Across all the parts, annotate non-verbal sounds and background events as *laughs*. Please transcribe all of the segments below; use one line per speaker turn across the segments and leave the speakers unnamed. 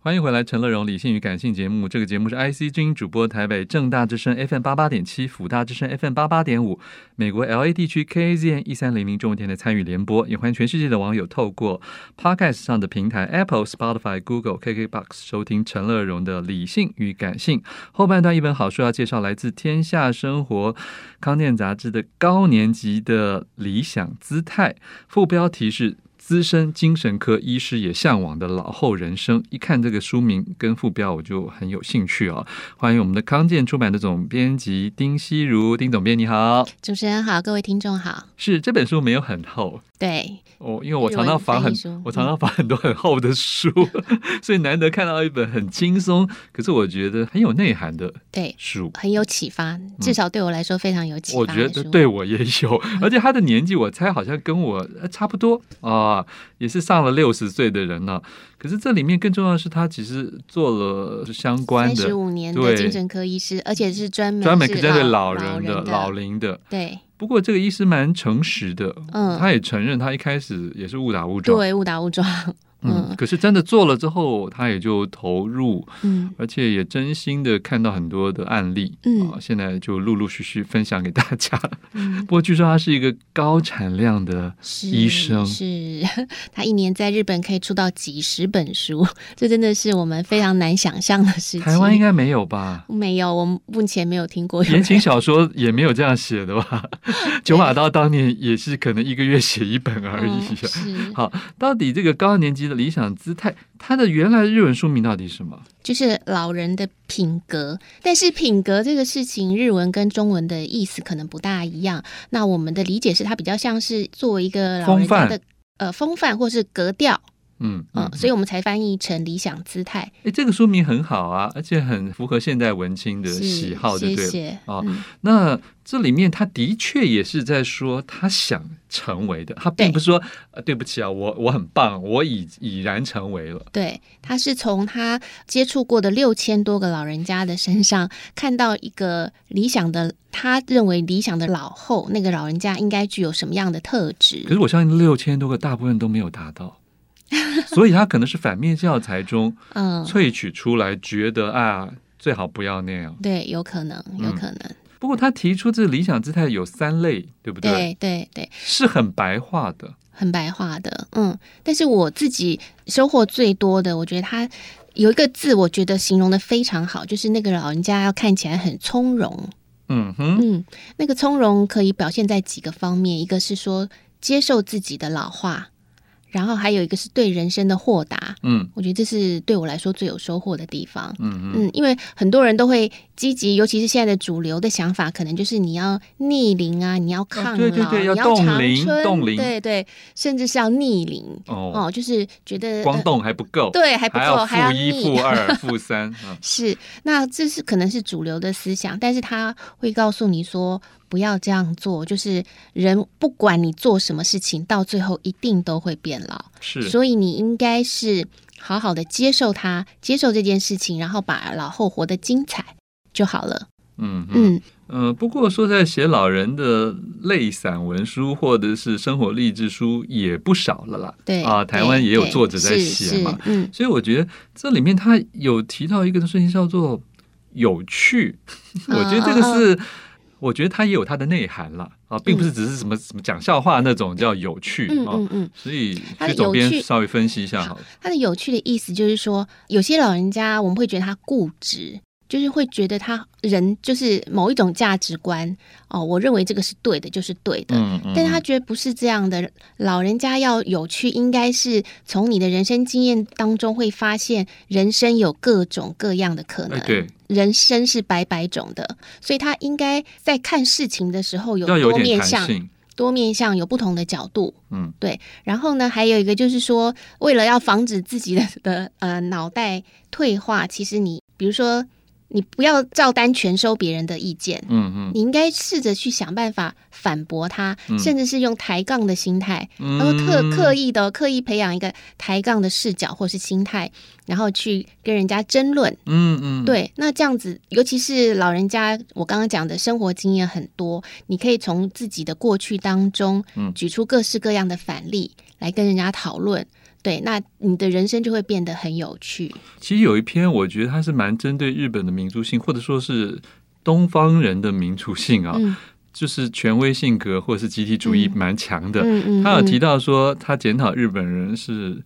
欢迎回来，《陈乐荣理性与感性》节目。这个节目是 IC 之音主播，台北正大之声 FM 八八点七，辅大之声 FM 八八点五，美国 LA 地区 KAZN 一三零零中文电台参与联播。也欢迎全世界的网友透过 Podcast 上的平台 Apple、Spotify、Google、KKBox 收听陈乐荣的《理性与感性》。后半段一本好书要介绍来自《天下生活》康健杂志的高年级的理想姿态，副标题是资深精神科医师也向往的老后人生。一看这个书名跟副标，我就很有兴趣哦。欢迎我们的康健出版的总编辑丁希如，丁总编你好。
主持人好，各位听众好。
是这本书没有很厚，
对，
我、因为我常常翻很
日文翻译书，
我常常翻很多很厚的书， *laughs* 所以难得看到一本很轻松，可是我觉得很有内涵的
对，
书。
很有启发，至少对我来说非常有启
嗯
发。
我觉得，对我也
*laughs*
有，而且他的年纪，我猜好像跟我呃差不多啊，也是上了六十岁的人了、可是这里面更重要的是，他其实做了相关
三十
的
五年
对
的针神科医师，而且是专门
专门
是
针对老
人
人的、老龄的。
对，
不过这个医师蛮诚实的，
嗯，
他也承认他一开始也是误打误撞，
对，误打误撞，
嗯
嗯，
可是真的做了之后，他也就投入，
嗯，
而且也真心的看到很多的案例，
嗯
啊，现在就陆陆续续分享给大家。 *laughs*
嗯
不过据说他是一个高产量的，
是
医生
是 *laughs* 他一年在日本可以出到几十本书， *laughs* 这真的是我们非常难想象的事情。
台湾应该没有
*laughs*
吧？
没有，我们目前没有听过有
言
人
情小说也没有这样写的
*laughs*
吧？九把刀当年也是可能一个月写一本而已啊
嗯。是
好，到底这个高年级的理想姿态，它的原来日文书名到底是什么？
就是老人的品格，但是品格这个事情，日文跟中文的意思可能不大一样。那我们的理解是，它比较像是作为一个老人家
风
的呃风范或是格调，
嗯
嗯，所以我们才翻译成理想姿态。
哎，这个书名很好啊，而且很符合现代文青的
是
喜好，对
谢
不对了？
谢
哦
嗯
那这里面他的确也是在说他想成为的，他并
对
不是说呃对不起啊，我我很棒，我已已然成为了。
对，他是从他接触过的六千多个老人家的身上，看到一个理想的，他认为理想的老后，那个老人家应该具有什么样的特质
可？是我相信六千多个大部分都没有达
*laughs*
到，所以他可能是反面教材中
嗯，
萃取出来，觉得啊最好不要那样。
对，有可能，有可能。
不过他提出这理想姿态有三类，对不对？
对对对，
是很白话的。
很白话的，嗯。但是我自己收获最多的，我觉得他有一个字，我觉得形容的非常好，就是那个老人家要看起来很从容，
嗯哼，
嗯，那个从容可以表现在几个方面，一个是说接受自己的老化，然后还有一个是对人生的豁达，
嗯
我觉得这是对我来说最有收获的地方。
嗯嗯，
嗯，因为很多人都会积极，尤其是现在的主流的想法，可能就是你要逆龄啊，你要抗老，
哦对对对要
你要
冻
长
龄
春，
冻龄
对对，甚至是要逆龄
哦，
哦，就是觉得
光
呃
动还不够，
对还不
还
够，
要
还要
负啊一、
逆
负二、 *laughs* 负三。嗯
是，那这是可能是主流的思想，但是他会告诉你说不要这样做，就是人不管你做什么事情，到最后一定都会变老，
是。
所以你应该是好好的接受它，接受这件事情，然后把老后活得精彩就好了。
嗯嗯
嗯，
呃，不过说在写老人的类散文书或者是生活励志书也不少了啦。
嗯对
啊台湾
对
也有
对
作者在
是
写
是
嘛
嗯，
所以我觉得这里面他有提到一个事情叫做有
*laughs*
趣，我觉得这个
嗯
是，我觉得它也有它的内涵啦啊，并不是只是什么什么讲笑话那种叫有趣
嗯
啊。
嗯嗯，
所以，
它
去
的
总
有
编
趣
稍微分析一下好了。
它的有趣的意思就是说，有些老人家我们会觉得他固执，就是会觉得他人就是某一种价值观哦，我认为这个是对的，就是对的。
嗯嗯
但是他觉得不是这样的，老人家要有趣，应该是从你的人生经验当中会发现，人生有各种各样的可能，
哎对，
人生是百百种的，所以他应该在看事情的时候有
要有
多
点
面
弹
向，
性。
多面向有不同的角度，
嗯，
对。然后呢，还有一个就是说，为了要防止自己的的呃脑袋退化，其实你比如说，你不要照单全收别人的意见，
嗯
你应该试着去想办法反驳他，
嗯
甚至是用抬杠的心态，
嗯，
然后特
嗯
刻意的刻意培养一个抬杠的视角或是心态，然后去跟人家争论。
嗯嗯，
对，那这样子，尤其是老人家，我刚刚讲的生活经验很多，你可以从自己的过去当中
嗯
举出各式各样的反例来跟人家讨论。对，那你的人生就会变得很有趣。
其实有一篇，我觉得它是蛮针对日本的民族性，或者说是东方人的民族性啊，
嗯
就是权威性格或者是集体主义
嗯
蛮强的。
嗯嗯，
他有提
嗯
到说，他检讨日本人是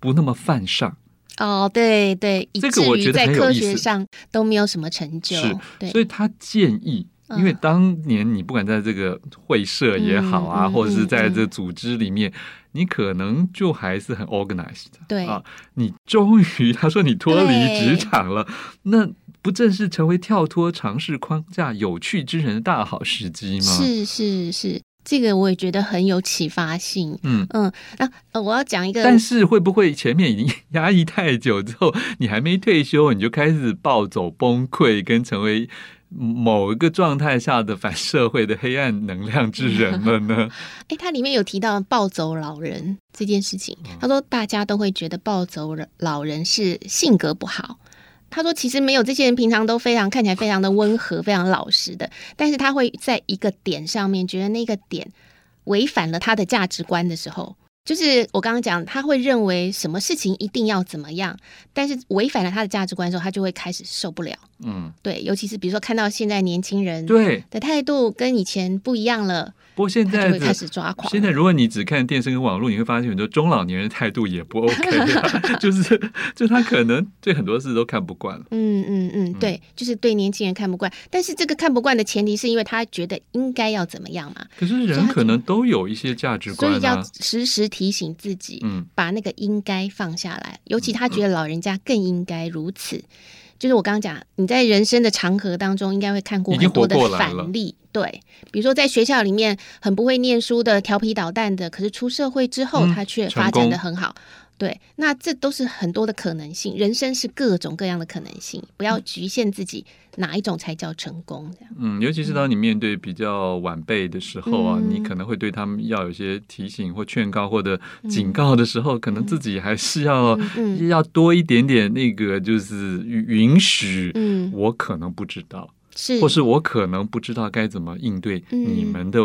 不那么犯上，
哦，对对，以
这
至
个我
于
觉得
在
很有
科
意
学
思，
上都没有什么成就是对，
所以他建议。
嗯
因为当年你不管在这个会社也好啊，
嗯嗯
或者是在
嗯
这组织里面，你可能就还是很 organized
对
啊。你终于他说你脱离职场了，那不正是成为跳脱尝试框架、有趣之人的大好时机吗？，
是是是，这个我也觉得很有启发性。
嗯。
嗯，那、呃我要讲一个，
但是会不会前面已经压抑太久之后，你还没退休，你就开始暴走崩溃，跟成为某一个状态下的反社会的黑暗能量之人了
*laughs*
呢？
哎，它里面有提到暴走老人这件事情。他说大家都会觉得暴走老人是性格不好。他说其实没有，这些人平常都非常看起来非常的温和、非常老实的，但是他会在一个点上面觉得那个点违反了他的价值观的时候。就是我刚刚讲，他会认为什么事情一定要怎么样，但是违反了他的价值观的时候，他就会开始受不了。
嗯，
对，尤其是比如说看到现在年轻人
对。
的态度跟以前不一样了，
不过现
他
在
就会开
的
始抓狂。
现在，如果你只看电视跟网络，你会发现很多中老年人态度也不 OK，、啊、
*laughs*
就是就他可能对很多事都看不惯了。
嗯嗯嗯，对，就是对年轻人看不惯，但是这个看不惯的前提是因为他觉得应该要怎么样嘛，
可是人可能都有一些价值
所
观
以要
啊，
时时提醒自己，
嗯，
把那个应该放下来。尤其他觉得老人家更应该如此，就是我刚刚讲，你在人生的长河当中，应该会看过
已经
很多的
活过来了
反例。对，比如说在学校里面很不会念书的、调皮捣蛋的，可是出社会之后，
嗯
他却
成
发展
功
的很好。对，那这都是很多的可能性，人生是各种各样的可能性，不要局限自己哪一种才叫成功。这样，
嗯，尤其是当你面对比较晚辈的时候啊，
嗯
你可能会对他们要有一些提醒或劝告或者警告的时候，可能自己还是要、
嗯嗯
要多一点点那个，就是允许。
嗯，
我可能不知道，
是，
或是我可能不知道该怎么应对
嗯
你们的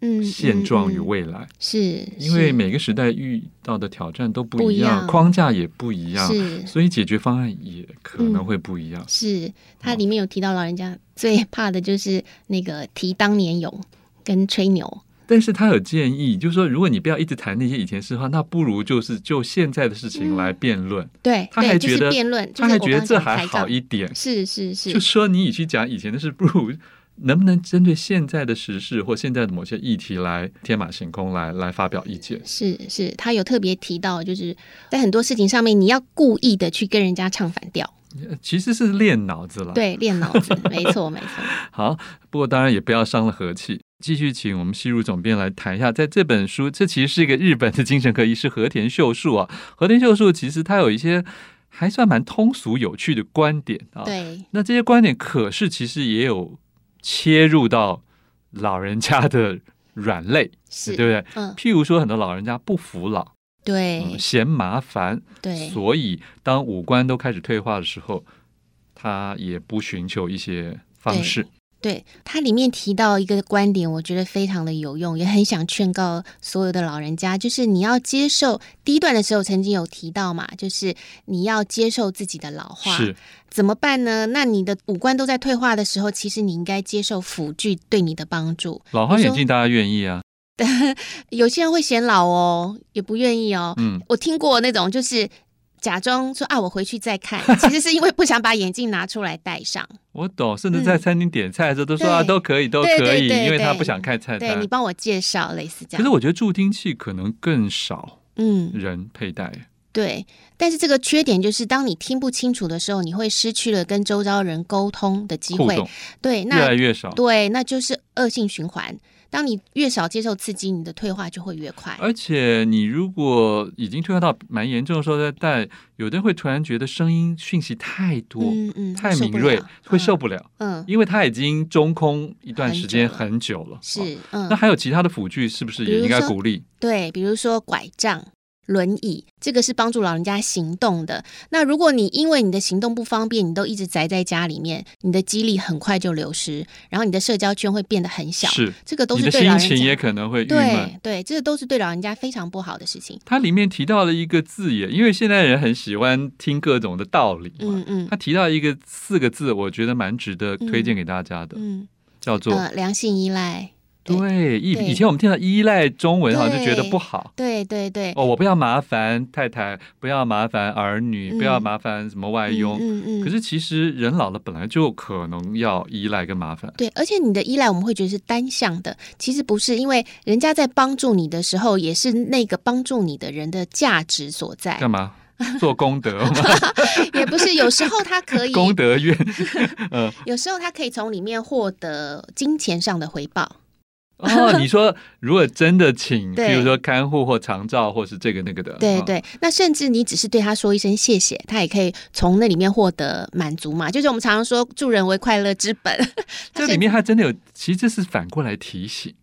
嗯
现状与
嗯嗯
未来，
是，
因为
是
每个时代遇到的挑战都不
不一
一样，
样
框架也不一样，
是嗯
所以解决方案也可能会不一样。
是，它
哦
里面有提到老人家最怕的就是那个提当年勇跟吹牛。
但是他有建议，就是说，如果你不要一直谈那些以前事的话，那不如就是就现在的事情来辩论。
对，
他
对
还
就
觉
是
得
辩论，嗯就
他
是
还
我
觉得
刚
这
刚
还
讲抬
好
杠
一点，
是是是，
就说你与其讲以前的事，不如能不能针对现在的时事或现在的某些议题来天马行空来来发表意见。
是是，他有特别提到，就是 *laughs* 在很多事情上面，你要故意的去跟人家唱反调，
呃其实是练脑子了。 *laughs*
对，练脑子，没错没错。
好，不过当然也不要伤了和气。继续请我们西入总编来谈一下，在这本书，这其实是一个日本的精神科医师和田秀树啊。和田秀树其实他有一些还算蛮通俗有趣的观点啊。，
对，
那这些观点可是其实也有切入到老人家的软肋，对
是，
不对？
嗯，
譬如说，很多老人家不服老，
对
嗯嫌麻烦，
对，
所以当五官都开始退化的时候，他也不寻求一些方
对
式。
对，它里面提到一个观点，我觉得非常的有用，也很想劝告所有的老人家，就是你要接受第一段的时候曾经有提到嘛，就是你要接受自己的老化，
是，
怎么办呢？那你的五官都在退化的时候，其实你应该接受辅具对你的帮助。
老花眼镜大家愿意啊，
有些人会显老哦，也不愿意哦。
嗯，
我听过那种就是假装说啊，我回去再看，其实是因为不想把眼镜拿出来戴上。
*laughs* 我懂，甚至在餐厅点菜的时候都说啊，
嗯对
都可以，都
对
可以，
对对
因为他
对
不想看菜
对
单
你。帮我介绍类似
可
这
是
样，
我觉得助听器可能更少
嗯。
人佩戴，
对，但是这个缺点就是，当你听不清楚的时候，你会失去了跟周遭人沟通的机
互
会
动。
对，
越来
那
越少。
对，那就是恶性循环。当你越少接受刺激，你的退化就会越快。
而且你如果已经退化到蛮严重的时候再戴，有的人会突然觉得声音讯息太多、
嗯嗯，
太
受
敏
不
锐
了，
会受。不了，
嗯，嗯
因为他已经中空一段时间
很
很久了。哦
是
那
嗯，
还有其他的辅具，是不是
比
也
如
应该
说
鼓励？
对，比如说拐杖，轮椅，这个是帮助老人家行动的。那如果你因为你的行动不方便，你都一直宅在家里面，你的肌力很快就流失，然后你的社交圈会变得很小。
是，
这个都
你
是
的
对老
心
人
情也
家
可能会郁闷。
对对，这个都是对老人家非常不好的事情。
它里面提到了一个字眼，因为现在人很喜欢听各种的道理嘛
嗯。嗯
他提到一个四个字，我觉得蛮值得推荐给大家的，
嗯，
叫做
呃，良性依赖，对
对以
对
以前我们听到依赖中文，好像就觉得
对
不好。
对对对，
哦，我不要麻烦太太，不要麻烦儿女，
嗯
不要麻烦什么外佣。
嗯嗯嗯
哎可是其实人老了本来就可能要依赖跟麻烦，
对，而且你的依赖我们会觉得是单向的，其实不是，因为人家在帮助你的时候，也是那个帮助你的人的价值所在，
干嘛？做功
*laughs*
德嘛，
也不是有时候他可
*laughs*
以，
功德院。
有时候他可以从里面获得金钱上的回报。
哦，你说如果真的请，
对
比如说看护或长照，或是这个那个的，
对
嗯，
对，那甚至你只是对他说一声谢谢，他也可以从那里面获得满足嘛。就是我们常常说助人为快乐之本， *laughs*
这里面它真的有，其实这是反过来提醒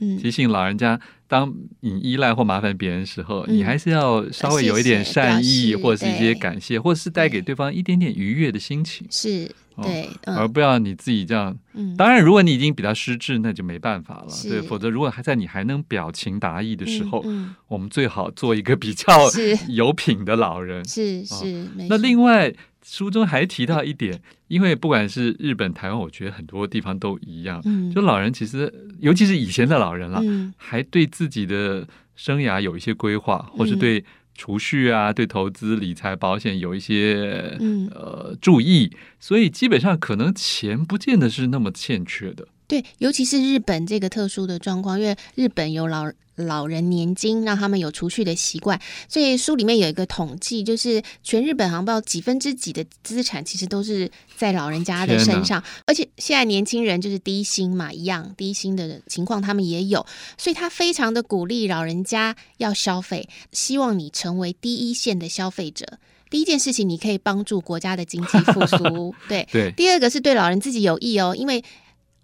嗯，
提醒老人家，当你依赖或麻烦别人的时候，
嗯
你还是要稍微有一点善
谢
意，
谢表示
或者是一些
对
感谢，或者是带给对方一点点愉悦的心情，
是
哦
对，
而
嗯
不要你自己这样。
嗯，
当然，如果你已经比较失智，那就没办法了，
是
对。否则，如果还在你还能表情达意的时候，
嗯
我们最好做一个比较
是
有品的老人
嗯。是
哦
是，没
那
错
另外，书中还提到一点，因为不管是日本、台湾，我觉得很多地方都一样，
嗯
就老人其实，尤其是以前的老人啦，
嗯
还对自己的生涯有一些规划，或是
嗯
对储蓄啊、对投资、理财、保险有一些。
嗯。
呃，注意，所以基本上可能钱不见得是那么欠缺的，
对，尤其是日本这个特殊的状况，因为日本有老老人年金，让他们有储蓄的习惯，所以书里面有一个统计，就是全日本好像不知道几分之几的资产其实都是在老人家的
天哪
身上，而且现在年轻人就是低薪嘛，一样低薪的情况他们也有，所以他非常的鼓励老人家要消费，希望你成为第一线的消费者。第一件事情，你可以帮助国家的经济
*laughs*
复苏，对，
对，
第二个是对老人自己有益哦，因为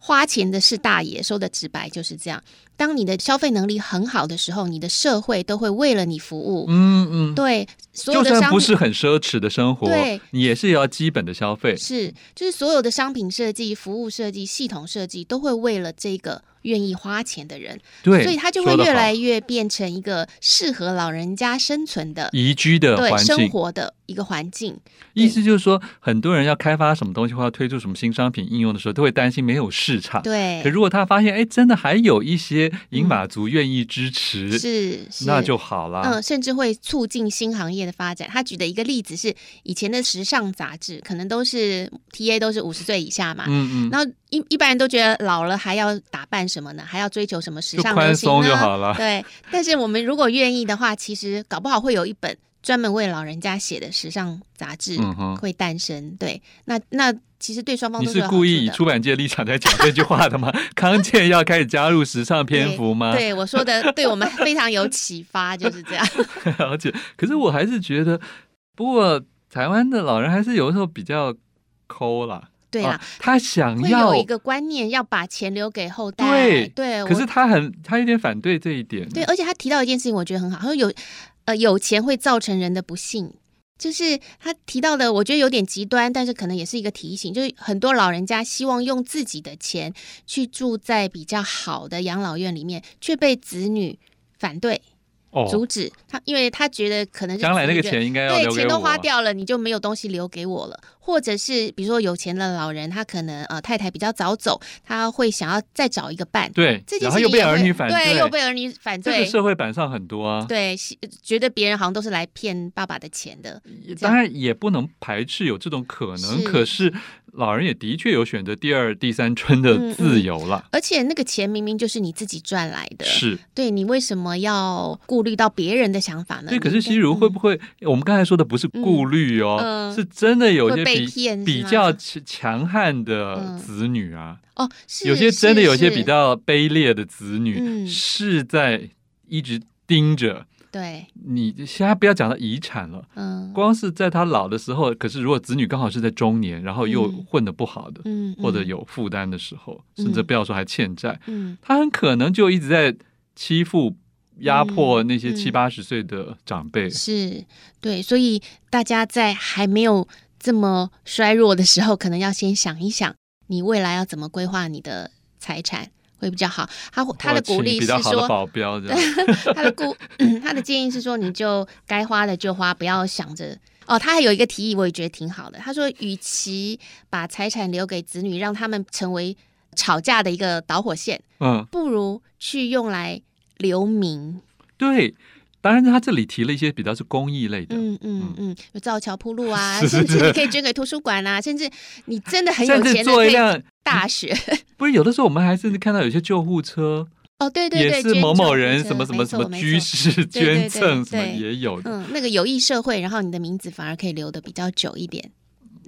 花钱的是大爷，说的直白就是这样。当你的消费能力很好的时候，你的社会都会为了你服务。
嗯嗯，
对，所有
就
的
算
商
不
品
是很奢侈的生活
对，
你也是要基本的消费，
是就是所有的商品设计、服务设计、系统设计，都会为了这个愿意花钱的人，
对，
所以他就会
说得
越
好
来越变成一个适合老人家生存的、
宜居的
对
环
生
境，
活的一个环境。
意思就是说，很多人要开发什么东西或要推出什么新商品应用的时候，都会担心没有市场。
对嗯
可，如果他发现，哎，真的还有一些银马族愿意支持，
是是
那就好啦。
嗯，甚至会促进新行业的发展。他举的一个例子是，以前的时尚杂志可能都是 T A 都是五十岁以下嘛，
嗯嗯，
然后一一般人都觉得老了还要打扮什么呢？还要追求什么时
就
尚
宽
流行啊
松
呢
就好了。
对，但是我们如果愿意的话，其实搞不好会有一本专门为老人家写的时尚杂志
嗯哼，
会诞生。对，那那其实对双方
你
都有
是
好
故意以
处的
出版界立场在讲这句话的吗？ *laughs* 康健要开始加入时尚篇幅吗？
*laughs* 对我说的，对我们非常有启发，就是这样。
*laughs*
*laughs*
了解。可是我还是觉得，不过台湾的老人还是有时候比较抠啦。
对啦
啊，他想
会
要
有一个观念，要把钱留给后代。
对
对，
可是
我
他很，他有点反对这一点。
对，而且他提到一件事情，我觉得很好，他说有呃有钱会造成人的不幸。就是他提到的，我觉得有点极端，但是可能也是一个提醒，就是很多老人家希望用自己的钱去住在比较好的养老院里面，却被子女反对、
哦，
阻止。他因为他觉得可能是
将来那个
子女
钱应该要
对，
留给
钱
我。
都花掉了，你就没有东西留给我了。或者是比如说有钱的老人，他可能呃太太比较早走，他会想要再找一个伴，
对
这，件
然后
事情
又被
也会
儿女反
对，又被儿女反
这个
对，
社会版上很多啊。
对，是觉得别人好像都是来骗爸爸的钱的，
也
这
当
样
然也不能排斥有这种可能，
是
可是老人也的确有选择第二、第三春
嗯
的自由了。
而且那个钱明明就是你自己赚来的，
是，
对你为什么要顾虑到别人的想法呢？
对。可
你
是西
应该
如
嗯
会不会，我们刚才说的不是顾虑哦，
嗯嗯
是真的有
会
些
被
比
骗是
比
吗
较强强悍的
嗯
子女啊，
哦，是
有些真的
是
有些
是
比较卑劣的子女，
嗯
是在一直盯着
对，
你。先不要讲到遗产了。
嗯
光是在他老的时候，可是如果子女刚好是在中年，然后又
嗯
混得不好的，
嗯，
或者
嗯
有负担的时候，
嗯
甚至不要说还欠债，
嗯
他很可能就一直在欺负压迫那些
嗯
七八十岁的长辈。
是对，所以大家在还没有这么衰弱的时候，可能要先想一想，你未来要怎么规划你的财产会比较好。他他的
或请
鼓励
比
是
较好的
*laughs* 说，
保镖这样， *laughs*
他的鼓他的建议是说，你就该花的就花，不要想着。哦，他还有一个提议，我也觉得挺好的。他说，与其把财产留给子女，让他们成为吵架的一个导火线，
嗯，
不如去用来留名。
对。当然，他这里提了一些比较是公益类的，
嗯嗯嗯，有造桥铺路啊，
*laughs* 是
甚至
是
你可以捐给图书馆啊，甚至你真的很有
甚至
钱的
做
可
一
以
辆，
大学
不是有的时候我们还甚至看到有些救护车
哦，对对对，
也是
捐
某
助
某
扶
人
车
什么什么什么。
没
居
错没错
士
对对
捐
对
赠什么
对
也有的，
嗯，那个有益社会，然后你的名字反而可以留的比较久一点。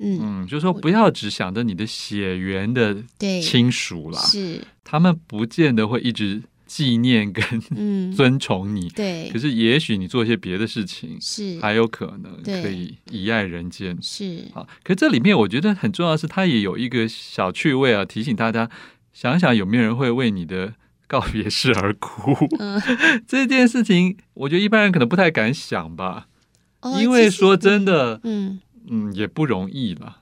嗯，
嗯，就是说不要只想着你的血缘的
对，
亲属啦，
是，
他们不见得会一直纪念跟
嗯，
*laughs* 尊崇你，
对
可，是也许你做一些别的事情，
是
还有可能
对
可以以爱人间。
是，
好，可这里面我觉得很重要的是，它也有一个小趣味啊，提醒大家想想有没有人会为你的告别式而哭。
嗯，
*laughs* 这件事情，我觉得一般人可能不太敢想吧，
哦
因为，说
其实
真的，
嗯，
嗯，也不容易了。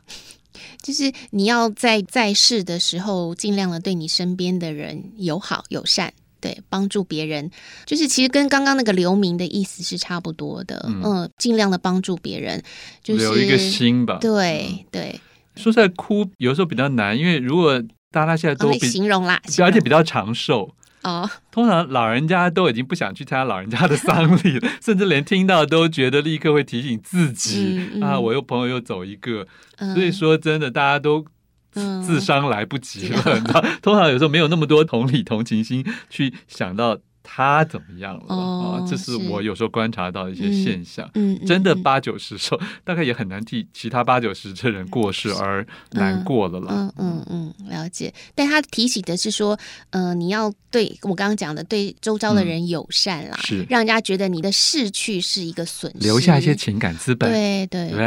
就是你要在在世的时候，尽量的对你身边的人友好友善，对，帮助别人，就是其实跟刚刚那个留名的意思是差不多的，
嗯
嗯、尽量的帮助别人，就是
留一个心吧。
对对，
说实在，哭有时候比较难，因为如果大家现在
哦
都
那
比，
形容啦，形
而且
容
比较长寿，
哦，
通常老人家都已经不想去参加老人家的丧礼了， *laughs* 甚至连听到都觉得立刻会提醒自己、
嗯嗯
啊，我又朋友又走一个，
嗯
所以说真的大家都。
嗯
自伤来不及了，你知道， *laughs* 通常有时候没有那么多同理同情心去想到他怎么样了、
哦
啊，这是
是
我有时候观察到的一些
嗯
现象。
嗯，嗯
真的
嗯
八九十寿， *laughs* 大概也很难替其他八九十这人过世而难过了啦。
嗯嗯嗯，了解。但他提醒的是说，呃，你要对我刚刚讲的，对周遭的
嗯
人友善啦，
是
让人家觉得你的逝去是一个损失，
留下一些情感资本。
对
对
对
不
对，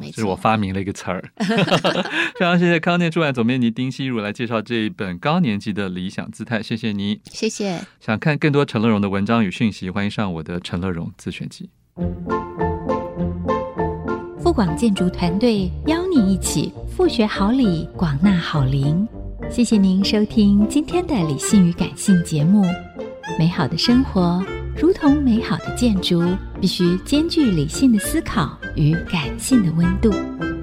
没
对，这是
错，
我发明了一个词
*laughs*
儿。非常谢谢康健出版总编辑丁希如来介绍这一本高年级的理想姿态，谢谢你。
谢谢。
想看更多陈乐融的文章与讯息，欢迎上我的陈乐融自选集。
富广建筑团队邀你一起复学好礼，广纳好邻。谢谢您收听今天的理性与感性节目。美好的生活如同美好的建筑，必须兼具理性的思考与感性的温度。